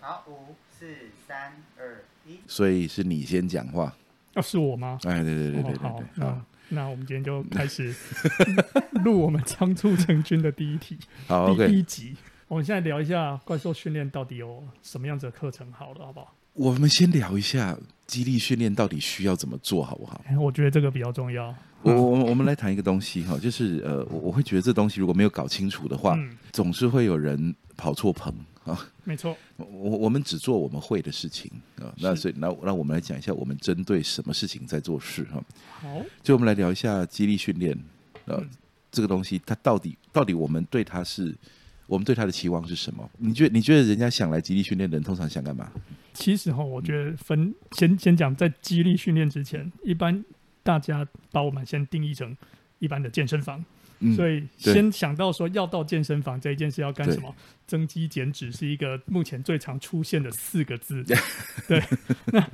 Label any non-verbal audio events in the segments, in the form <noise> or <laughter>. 好，五四三二一，所以是你先讲话。要、哦是我吗？哎，对对对对对哦，好对，，嗯那那我们今天就开 <laughs> 始录我们仓促成军的第一题，好第，OK。一集。我们现在聊一下怪兽训练到底有什么样子的课程，好了，好不好？我们先聊一下激励训练到底需要怎么做好不好？哎我觉得这个比较重要。我我我们来谈一个东西哈，就是呃，我我会觉得这东西如果没有搞清楚的话，嗯，总是会有人跑错棚啊。没错，我我我们只做我们会的事情啊，那是所以那那我们来讲一下，我们针对什么事情在做事哈。好，就我们来聊一下激励训练，呃，嗯这个东西它到底到底我们对它是，我们对它的期望是什么？你觉得你觉得人家想来激励训练的人通常想干嘛？其实哈，我觉得分先先讲，在激励训练之前，一般大家把我们先定义成一般的健身房，嗯，所以对先想到说要到健身房这一件事要干什么，增肌减脂是一个目前最常出现的四个字。 <laughs> 对， <laughs> 那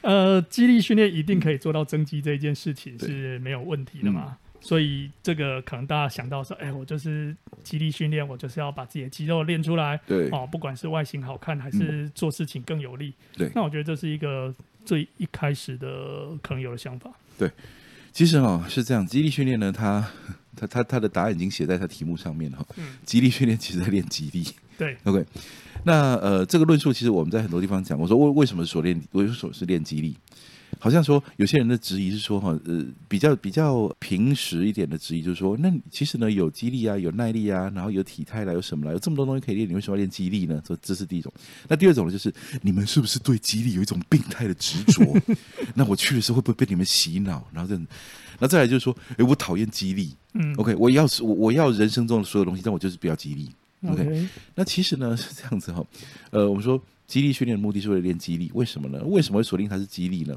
呃，肌力训练一定可以做到增肌这一件事情对嗯是没有问题的嘛。所以这个可能大家想到说，哎，我就是肌力训练，我就是要把自己的肌肉练出来，对嗯哦，不管是外形好看还是做事情更有力。对那我觉得这是一个最一开始的可能有的想法。其实哦是这样，激励训练呢，它它它它的答案已经写在它题目上面了、哦。嗯激励训练其实在练肌力。对，OK，那呃这个论述其实我们在很多地方讲，我说为为什么所练，为什么是练肌力？好像说有些人的质疑是说哈，呃，比较比较平实一点的质疑就是说，那你其实呢有肌力啊，有耐力啊，然后有体态啦，有什么啦，有这么多东西可以练，你为什么要练肌力呢？这这是第一种。那第二种呢，就是你们是不是对肌力有一种病态的执着？ <laughs> 那我去的时候会不会被你们洗脑？然后这样子，那再来就是说，诶，我讨厌肌力嗯，OK，我要我我要人生中的所有东西，但我就是不要肌力。OK ，OK，那其实呢是这样子哈、呃，我们说激励训练的目的是为了练肌力，为什么呢？为什么会锁定它是肌力呢？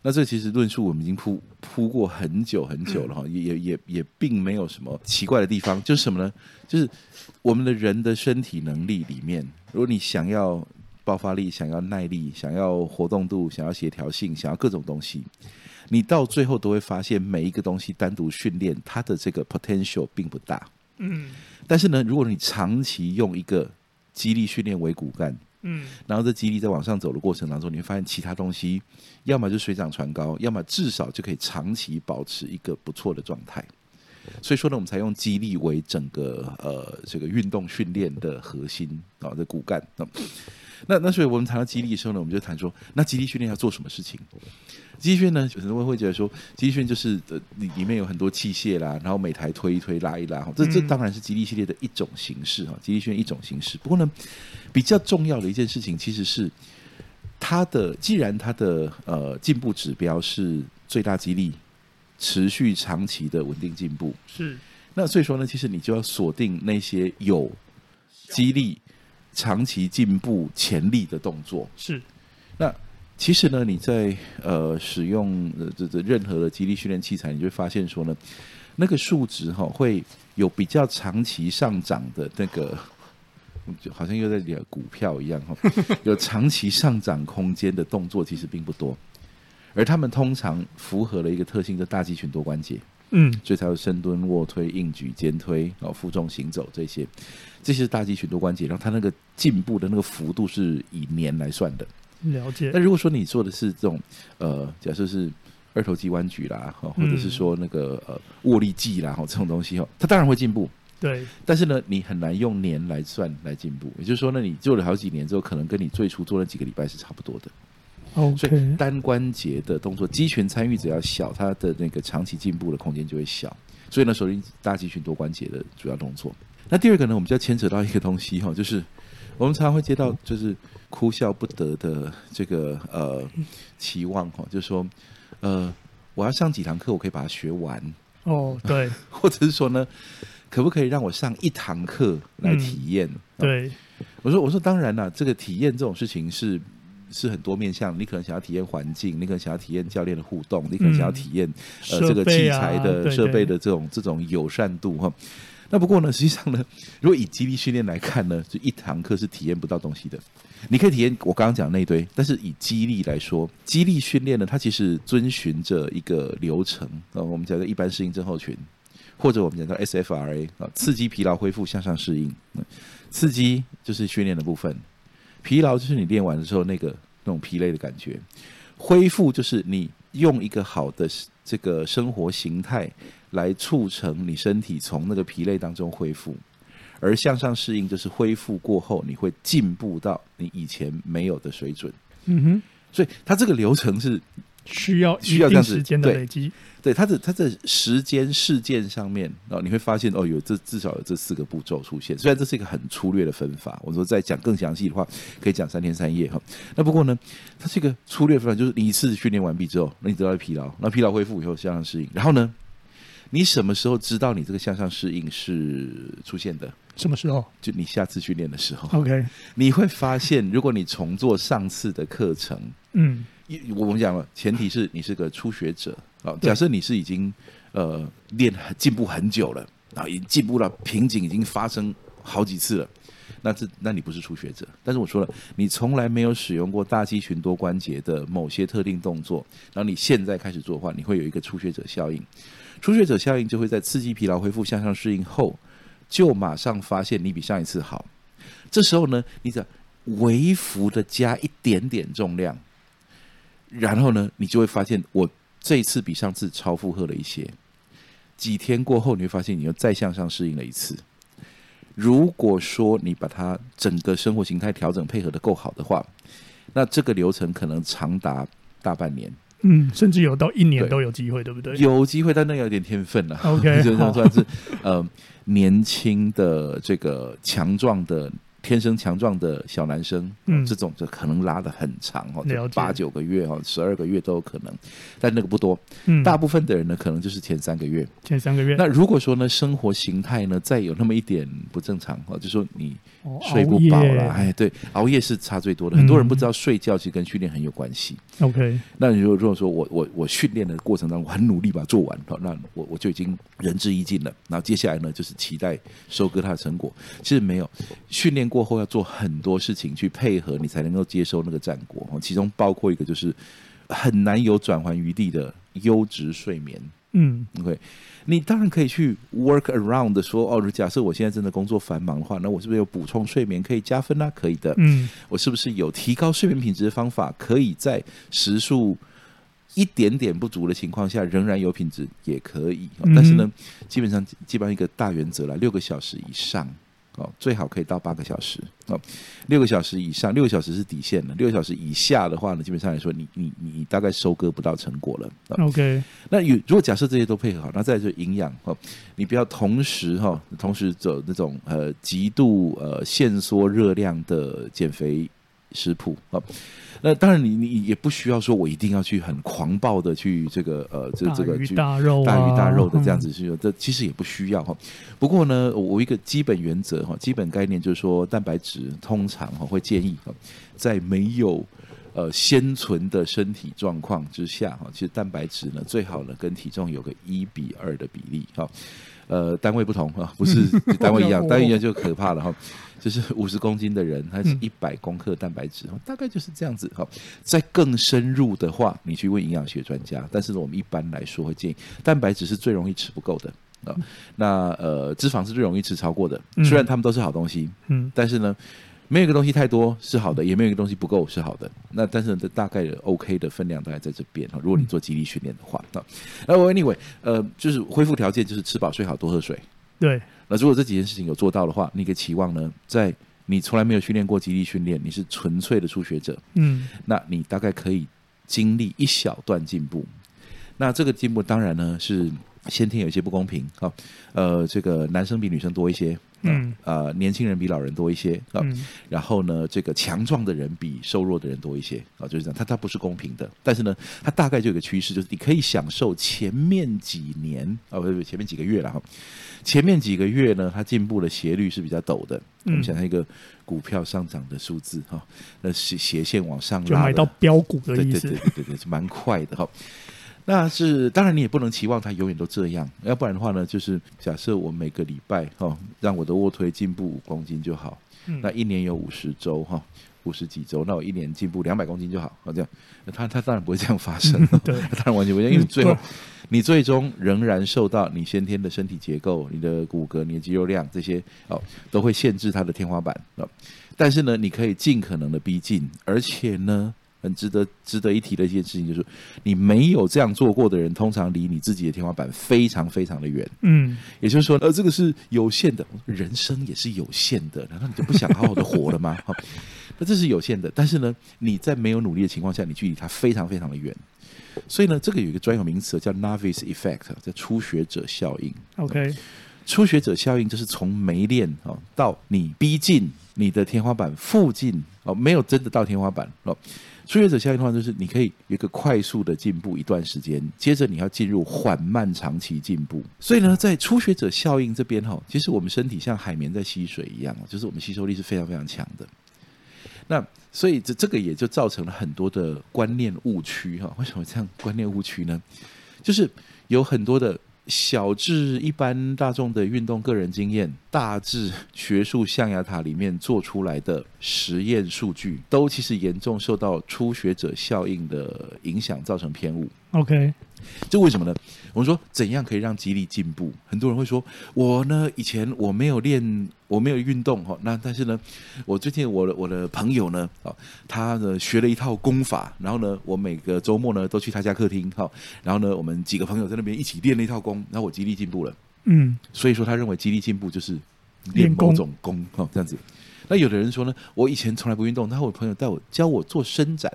那这其实论述我们已经铺铺过很久很久了哈、也也也也并没有什么奇怪的地方，就是什么呢？就是我们的人的身体能力里面，如果你想要爆发力、想要耐力、想要活动度、想要协调性、想要各种东西，你到最后都会发现每一个东西单独训练，它的这个 potential 并不大。嗯但是呢，如果你长期用一个激励训练为骨干，嗯，然后这激励在往上走的过程当中，你会发现其他东西，要么就水涨船高，要么至少就可以长期保持一个不错的状态。所以说呢，我们才用激励为整个呃这个运动训练的核心啊的骨干。那那那所以我们谈到激励的时候呢，我们就谈说，那激励训练要做什么事情？肌训呢，有时候会觉得说，肌训就是呃里里面有很多器械啦，然后每台推一推、拉一拉，哈这这嗯当然是激励系列的一种形式哈，激励训练一种形式。不过呢，比较重要的一件事情其实是它的，既然它的呃进步指标是最大激励、持续长期的稳定进步，是那所以说呢，其实你就要锁定那些有激励、长期进步潜力的动作。是，其实呢，你在呃使用呃这这任何的肌力训练器材，你就会发现说呢，那个数值哈、会有比较长期上涨的那个，就好像又在聊股票一样哈、有长期上涨空间的动作其实并不多，而他们通常符合了一个特性，就大肌群多关节。嗯所以才有深蹲、卧推、硬举、肩推、哦负重行走这些，这些是大肌群多关节，然后它那个进步的那个幅度是以年来算的。了解那。如果说你做的是这种呃，假设是二头肌弯举啦，哦或者是说那个呃握力技啦，哦这种东西哦，它当然会进步，对，但是呢，你很难用年来算来进步。也就是说呢，你做了好几年之后，可能跟你最初做了几个礼拜是差不多的。所以 OK，单关节的动作，肌群参与者要小，它的那个长期进步的空间就会小。所以呢，首先大肌群多关节的主要动作。那第二个呢，我们就要牵扯到一个东西哈、就是我们常常会接到就是哭笑不得的这个呃期望哈、就是说呃我要上几堂课，我可以把它学完，哦， <laughs> 对或者是说呢，可不可以让我上一堂课来体验？啊对，我说我说当然啦，这个体验这种事情是是很多面向，你可能想要体验环境，你可能想要体验教练的互动，你可能想要体验、呃这设个器备啊材的对设备对的这种这种友善度哈。那不过呢，实际上呢，如果以激励训练来看呢，就一堂课是体验不到东西的。你可以体验我刚刚讲的那一堆，但是以激励来说，激励训练呢，它其实遵循着一个流程呃，我们讲的一般适应症候群，或者我们讲到呃 SFRA 啊、刺激疲劳恢复向上适应。嗯刺激就是训练的部分，疲劳就是你练完的时候那个那种疲累的感觉，恢复就是你用一个好的这个生活形态来促成你身体从那个疲累当中恢复，而向上适应就是恢复过后你会进步到你以前没有的水准，嗯哼，所以它这个流程是需要需一要这样定子时间的对累积，对它的它的时间事件上面哦，你会发现哦，有这至少有这四个步骤出现。虽然这是一个很粗略的分法，我说再讲更详细的话，可以讲三天三夜哈、那不过呢，它是一个粗略的分法，就是你一次训练完毕之后，那你得到疲劳，那疲劳恢复以后向上适应。然后呢，你什么时候知道你这个向上适应是出现的？什么时候就你下次训练的时候， <laughs> ？OK，你会发现，如果你重做上次的课程，嗯，一我们讲了，前提是你是个初学者啊。对假设你是已经呃练很进步很久了，啊，已经进步到瓶颈已经发生好几次了，那这那你不是初学者。但是我说了，你从来没有使用过大肌群多关节的某些特定动作，然后你现在开始做的话，你会有一个初学者效应。初学者效应就会在刺激疲劳恢复向上适应后，就马上发现你比上一次好。这时候呢，你只要微幅的加一点点重量，然后呢，你就会发现我这一次比上次超负荷了一些。几天过后，你会发现你又再向上适应了一次。如果说你把它整个生活形态调整配合的够好的话，那这个流程可能长达大半年，嗯，甚至有到一年对都有机会，对不对？有机会，但那有点天分啊了、<laughs> OK，就是好算算是呃年轻的这个强壮的天生强壮的小男生，哦嗯这种就可能拉得很长哦，就了解八九个月哦，十二个月都有可能，但那个不多。嗯，大部分的人呢，可能就是前三个月。前三个月那如果说呢，生活形态呢再有那么一点不正常哦，就说你哦睡不熬夜饱啦，哎，对，熬夜是差最多的。很多人嗯不知道睡觉其实跟训练很有关系。 OK，那你如果如果说我我我训练的过程当中我很努力把它做完，好，那我我就已经仁至义尽了。然后接下来呢，就是期待收割它的成果。其实没有，训练过后要做很多事情去配合，你才能够接收那个战果。哦其中包括一个就是很难有转圜余地的优质睡眠。嗯 OK，你当然可以去 work around 说哦，假设我现在真的工作繁忙的话，那我是不是有补充睡眠可以加分呢、可以的。嗯我是不是有提高睡眠品质的方法，可以在时数一点点不足的情况下，仍然有品质也可以。哦嗯哼但是呢，基本上基本上一个大原则啦，六个小时以上。哦，最好可以到八个小时哦，六个小时以上，六个小时是底线了。六个小时以下的话呢，基本上来说你，你你你大概收割不到成果了。哦 <laughs> ，OK，那有如果假设这些都配合好，那再来就是营养哦，你不要同时哈、哦，同时走那种呃极度呃限缩热量的减肥食谱哦。那当然你，你也不需要说我一定要去很狂暴的去这个呃这这大个鱼去大肉啊，大鱼大肉的这样嗯，子是，这其实也不需要哈。不过呢，我我一个基本原则哈，基本概念就是说，蛋白质通常哈会建议哈，在没有呃先存的身体状况之下哈，其实蛋白质呢最好呢跟体重有个一比二的比例哈。呃，单位不同啊， <laughs> 不是单位一样，单位一样就可怕了哈。就是五十公斤的人，他是哦嗯一百公克蛋白质，哦大概就是这样子哈。再更深入的话，你去问营养学专家，但是呢，我们一般来说会建议，蛋白质是最容易吃不够的啊、那呃，脂肪是最容易吃超过的。嗯虽然它们都是好东西，嗯但是呢，没有一个东西太多是好的，也没有一个东西不够是好的。那但是呢，大概的 OK 的分量大概在这边哦哈。如果你做肌力训练的话，那那我 anyway 呃，就是恢复条件就是吃饱睡好多喝水。对，那如果这几件事情有做到的话，你可以期望呢，在你从来没有训练过肌力训练，你是纯粹的初学者，嗯那你大概可以经历一小段进步。那这个进步当然呢是先天有一些不公平啊、呃，这个男生比女生多一些，嗯呃，年轻人比老人多一些啊、嗯然后呢，这个强壮的人比瘦弱的人多一些啊、就是这样，它它不是公平的。但是呢，它大概就有个趋势，就是你可以享受前面几年啊，不不不，前面几个月了哈，前面几个月呢，它进步的斜率是比较陡的。我们嗯想象一个股票上涨的数字哈、那斜斜线往上嗯就拉买的到标股的对意对思对，对对对，是蛮快的哈、那是当然，你也不能期望它永远都这样，要不然的话呢，就是假设我每个礼拜哈、哦，让我的卧推进步五公斤就好，嗯那一年有五十周哈，五十几周，那我一年进步两百公斤就好，好这样，那他他当然不会这样发生， <laughs> 他嗯对，当然完全不会这样，因为嗯最后对你最终仍然受到你先天的身体结构、你的骨骼、你的肌肉量这些哦，都会限制它的天花板哦。但是呢，你可以尽可能的逼近，而且呢，很值得值得一提的一件事情就是，你没有这样做过的人，通常离你自己的天花板非常非常的远。嗯，也就是说，呃，这个是有限的，人生也是有限的，难道你就不想好好的活了吗？哈、那这是有限的，但是呢，你在没有努力的情况下，你距离它非常非常的远。所以呢，这个有一个专有名词叫 novice effect，叫初学者效应。 OK，初学者效应就是从没练哦到你逼近你的天花板附近哦，没有真的到天花板哦。初学者效应的话，就是你可以有一个快速的进步一段时间，接着你要进入缓慢长期进步。所以呢，在初学者效应这边哈，其实我们身体像海绵在吸水一样，哦就是我们吸收力是非常非常强的。那所以这这个也就造成了很多的观念误区哦哈。为什么这样观念误区呢？就是有很多的小至一般大众的运动个人经验，大至学术象牙塔里面做出来的实验数据，都其实严重受到初学者效应的影响，造成偏误。 OK，这为什么呢？我们说怎样可以让肌力进步？很多人会说，我呢以前我没有练，我没有运动哈、哦，那但是呢，我最近我的我的朋友呢，哦，他呢学了一套功法，然后呢，我每个周末呢都去他家客厅哈、哦，然后呢，我们几个朋友在那边一起练了一套功，然后我肌力进步了。嗯，所以说他认为肌力进步就是练练某功种功哦，这样子。那有的人说呢，我以前从来不运动，然后我朋友带我教我做伸展，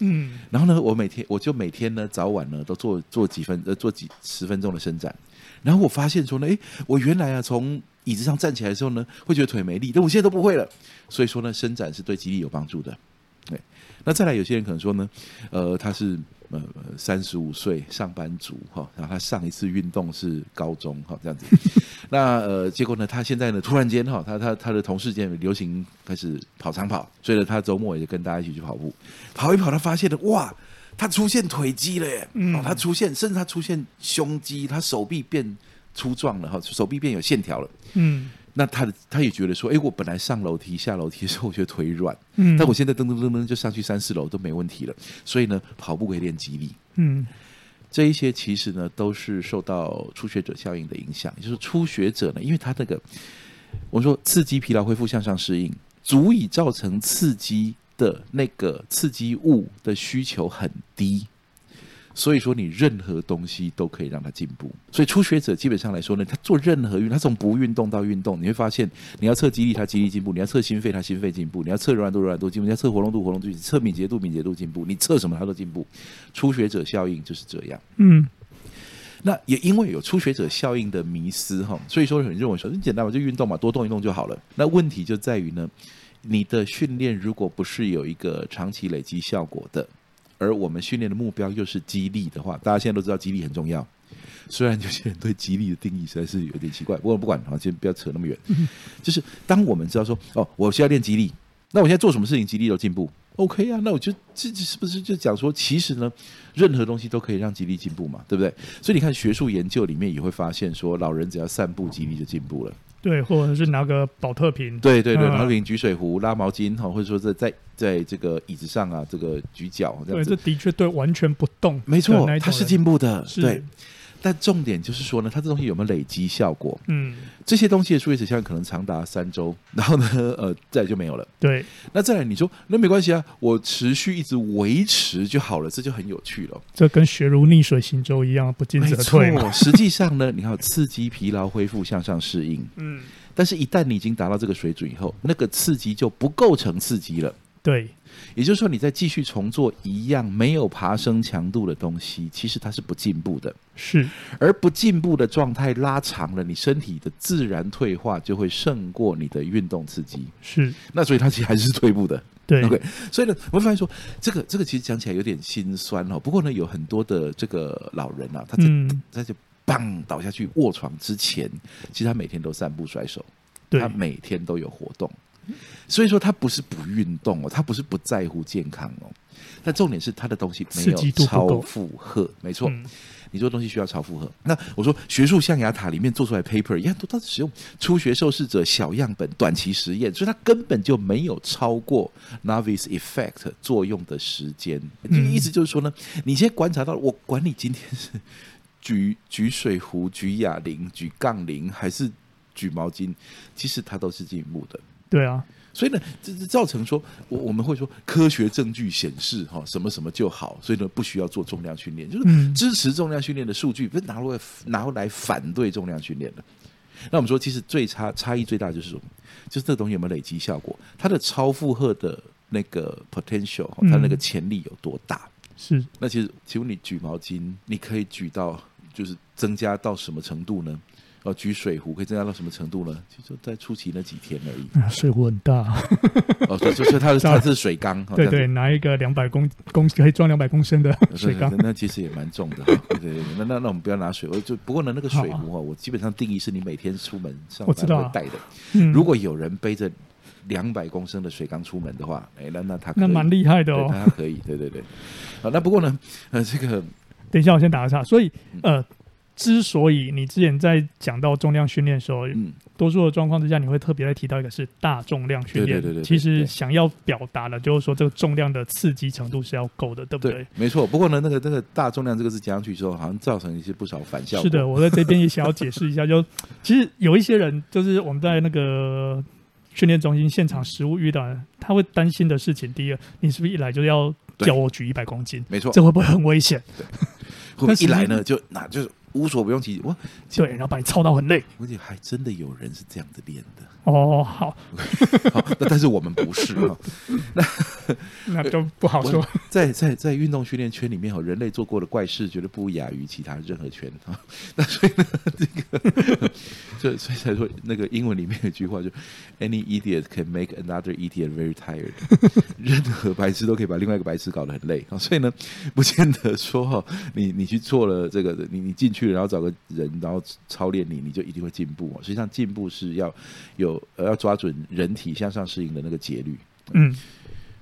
嗯，然后呢，我每天我就每天呢早晚呢都做做几分呃做几十分钟的伸展，然后我发现说呢，诶，我原来啊从椅子上站起来的时候呢，会觉得腿没力，但我现在都不会了。所以说呢，伸展是对肌力有帮助的。对，那再来，有些人可能说呢，呃，他是呃三十五岁上班族哈、然后他上一次运动是高中哈、这样子，那呃，结果呢，他现在呢突然间哈、他他他的同事间流行开始跑长跑，所以呢，他周末也跟大家一起去跑步，跑一跑，他发现了哇。他出现腿肌了耶！嗯哦，他出现，甚至他出现胸肌，他手臂变粗壮了哈，手臂变有线条了。嗯，那他的他也觉得说，哎，我本来上楼梯、下楼梯的时候，我觉得腿软，嗯，但我现在噔噔噔噔就上去三四楼都没问题了。所以呢，跑步可以练肌力。嗯这一些其实呢，都是受到初学者效应的影响。也就是初学者呢，因为他那个我们说刺激疲劳恢复向上适应，足以造成刺激的那个刺激物的需求很低。所以说，你任何东西都可以让他进步。所以初学者基本上来说呢，他做任何运，他从不运动到运动，你会发现，你要测肌力，他肌力进步；你要测心肺，他心肺进步；你要测柔软度，柔软度进步；你要测活动度，活动度进步；测敏捷度，敏捷度进步。你测什么，他都进步。初学者效应就是这样。嗯那也因为有初学者效应的迷思哈，所以说很认为说很简单嘛，就运动嘛，多动一动就好了。那问题就在于呢，你的训练如果不是有一个长期累积效果的，而我们训练的目标又是激励的话，大家现在都知道激励很重要。虽然有些人对激励的定义实在是有点奇怪，不过不管，好，先不要扯那么远。就是当我们知道说，哦，我需要练激励，那我现在做什么事情激励有进步？OK 啊，那我就这这是不是就讲说，其实呢，任何东西都可以让激励进步嘛，对不对？所以你看学术研究里面也会发现说，老人只要散步，肌力就进步了。对，或者是拿个保特瓶，对对对，嗯然后领举水壶、拉毛巾哈，或者说在在在这个椅子上啊，这个举脚这对，样这子，的确对完全不动的那没一种错人，，它是进步的，啊是对。但重点就是说呢，它这东西有没有累积效果？嗯，这些东西的数学指向可能长达三周，然后呢，呃，再来就没有了。对，那再来，你说那没关系啊，我持续一直维持就好了，这就很有趣了。这跟学如逆水行舟一样，不进没则错退嘛，，实际上呢，你看刺激疲劳恢复向上适应，嗯，但是一旦你已经达到这个水准以后，那个刺激就不构成刺激了。对，也就是说，你再继续重做一样没有爬升强度的东西，其实它是不进步的。是，而不进步的状态拉长了，你身体的自然退化就会胜过你的运动刺激。是，那所以它其实还是退步的。对， OK，所以呢，我们发现说，这个这个其实讲起来有点心酸哦。不过呢，有很多的这个老人啊，他在、嗯，他就棒倒下去卧床之前，其实他每天都散步甩手，对他，每天都有活动。所以说他不是不运动哦，他不是不在乎健康哦，但重点是他的东西没刺激有度不超够负荷，没错。嗯你你做东西需要超负荷。那我说学术象牙塔里面做出来 paper 一样都它是使用初学受试者小样本短期实验，所以它根本就没有超过 novice effect 作用的时间。就嗯意思就是说呢，你先观察到我管你今天是举 <laughs> 举水壶、举哑铃、举杠铃还是举毛巾，其实它都是进步的。对啊，所以呢，这这造成说，我我们会说科学证据显示哈、什么什么就好，所以呢不需要做重量训练，就是嗯支持重量训练的数据不是拿过来拿来反对重量训练的。那我们说，其实最差差异最大就是什么？就是这东西有没有累积效果，它的超负荷的那个 potential，哈嗯它那个潜力有多大？是 <laughs> 那其实，请问你举毛巾，你可以举到就是增加到什么程度呢？哦，举水壶可以增加到什么程度呢？其实就在初期那几天而已。啊水壶很大，哦，所以所以它是这样它是水缸，哦对这对，样拿一个两百公公可以装两百公升的子水缸那，那其实也蛮重的，哦对对对，那那那我们不要拿水壶，就不过呢，那个水好啊壶哈，我基本上定义是你每天出门上我知道班啊会带的。嗯，如果有人背着两百公升的水缸出门的话，哎，那那他可以那蛮厉害的对，哦。那他可以，对对对。好，那不过呢，呃，这个等一下，我先打个岔。所以，呃，之所以你之前在讲到重量训练的时候，嗯，多数的状况之下，你会特别在提到一个是大重量训练。对对对对对其实对想要表达的就是说，这个重量的刺激程度是要够的，对不对，没错。不过呢，那个那个大重量这个字加上去之后，好像造成一些不少反效果。是的，我在这边也想要解释一下，就 <laughs> 其实有一些人，就是我们在那个训练中心现场实物遇到的，他会担心的事情，第一个，你是不是一来就要对叫我举一百公斤，没错。这会不会很危险？会不会一来呢，就那就是无所不用其极。哇，对，然后把你操到很累。而且还真的有人是这样子练的。哦，好， <laughs> 好，那但是我们不是哈。那就不好说。在在在运动训练圈里面哈，人类做过的怪事绝对不亚于其他任何圈哈。那所以呢，这个，所以所以才说那个英文里面有一句话就，any idiot can make another idiot very tired，任 <laughs> 何白痴都可以把另外一个白痴搞得很累啊。所以呢，不见得说哈，你你去做了这个，你你进去了，然后找个人，然后操练你，你就一定会进步哦。实际上，进步是要有呃要抓准人体向上适应的那个节律。嗯，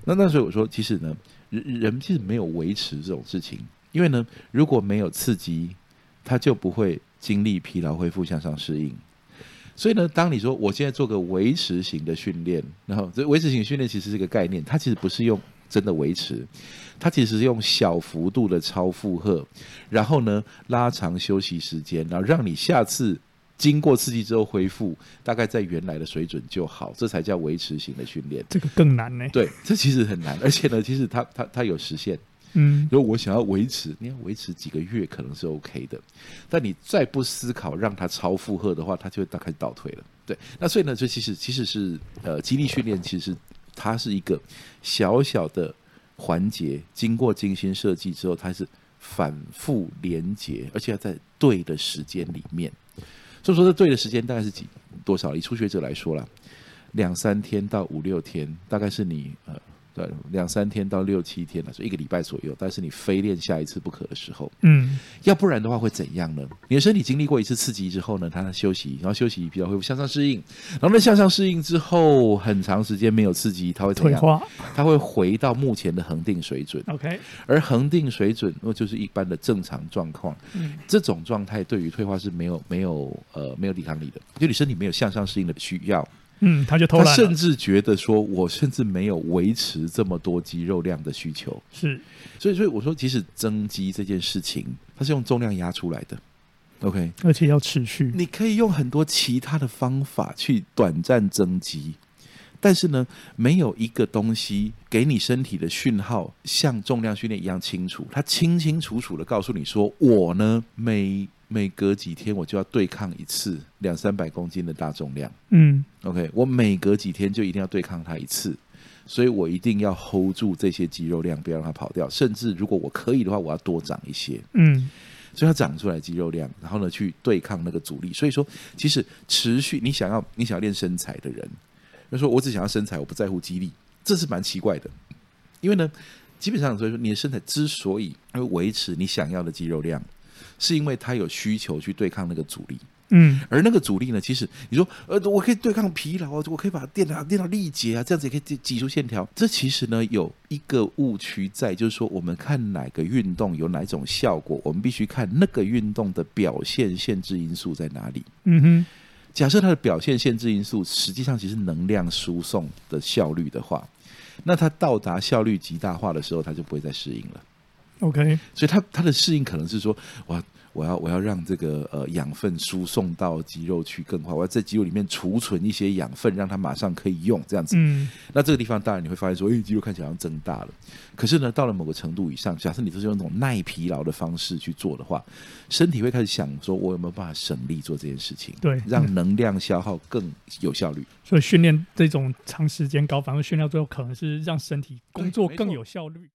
那那所以我说，其实呢，人人其实没有维持这种事情，因为呢，如果没有刺激，他就不会精力疲劳恢复向上适应。所以呢，当你说我现在做个维持型的训练，然后这维持型训练其实是个概念，它其实不是用真的维持，它其实是用小幅度的超负荷，然后呢拉长休息时间，然后让你下次经过刺激之后恢复，大概在原来的水准就好，这才叫维持型的训练。这个更难呢、对，这其实很难，而且呢，其实它它它有时限。嗯，如果我想要维持，你要维持几个月可能是 OK 的，但你再不思考让它超负荷的话，它就会大开始倒退了。对，那所以呢，这其实其实是呃，肌力训练其实它是一个小小的环节，经过精心设计之后，它是反复连接，而且要在对的时间里面。所以说，这对的时间大概是几多少？以初学者来说啦，两三天到五六天，大概是你呃对，两三天到六七天了，所以一个礼拜左右。但是你非练下一次不可的时候，嗯，要不然的话会怎样呢？你的身体经历过一次刺激之后呢，它休息，然后休息比较恢复向上适应，然后呢向上适应之后，很长时间没有刺激，它会怎退样？化。它会回到目前的恒定水准， OK，而恒定水准那就是一般的正常状况。嗯，这种状态对于退化是没有没有呃没有抵抗力的，就你身体没有向上适应的需要，嗯，他就偷他懒甚了。至觉得说我甚至没有维持这么多肌肉量的需求。是，所以，所以我说，其实增肌这件事情，它是用重量压出来的。OK，而且要持续。你可以用很多其他的方法去短暂增肌，但是呢，没有一个东西给你身体的讯号像重量训练一样清楚，它清清楚楚的告诉你说，我呢每每隔几天我就要对抗一次两三百公斤的大重量。嗯 OK，我每隔几天就一定要对抗它一次，所以我一定要 hold 住这些肌肉量，不要让它跑掉。甚至如果我可以的话，我要多长一些，嗯，所以它长出来肌肉量，然后呢去对抗那个阻力。所以说，其实持续你想要你想要练身材的人，就说我只想要身材，我不在乎肌力，这是蛮奇怪的，因为呢，基本上所以说你的身材之所以会维持你想要的肌肉量，是因为它有需求去对抗那个阻力。嗯而那个阻力呢，其实你说，呃，我可以对抗疲劳啊，我可以把电脑电脑力竭啊，这样子也可以挤挤出线条。这其实呢有一个误区在，就是说我们看哪个运动有哪种效果，我们必须看那个运动的表现限制因素在哪里。嗯哼，假设它的表现限制因素实际上其实能量输送的效率的话，那它到达效率极大化的时候，它就不会再适应了。 OK，所以它它的适应可能是说，哇，我要我要让这个呃养分输送到肌肉去更快，我要在肌肉里面储存一些养分，让它马上可以用这样子。嗯那这个地方当然你会发现说，哎、肌肉看起来好像增大了，可是呢，到了某个程度以上，假设你都是用那种耐疲劳的方式去做的话，身体会开始想说，我有没有办法省力做这件事情，对让能量消耗更有效率。所以训练这种长时间高反复训练，最后可能是让身体工作对没错更有效率。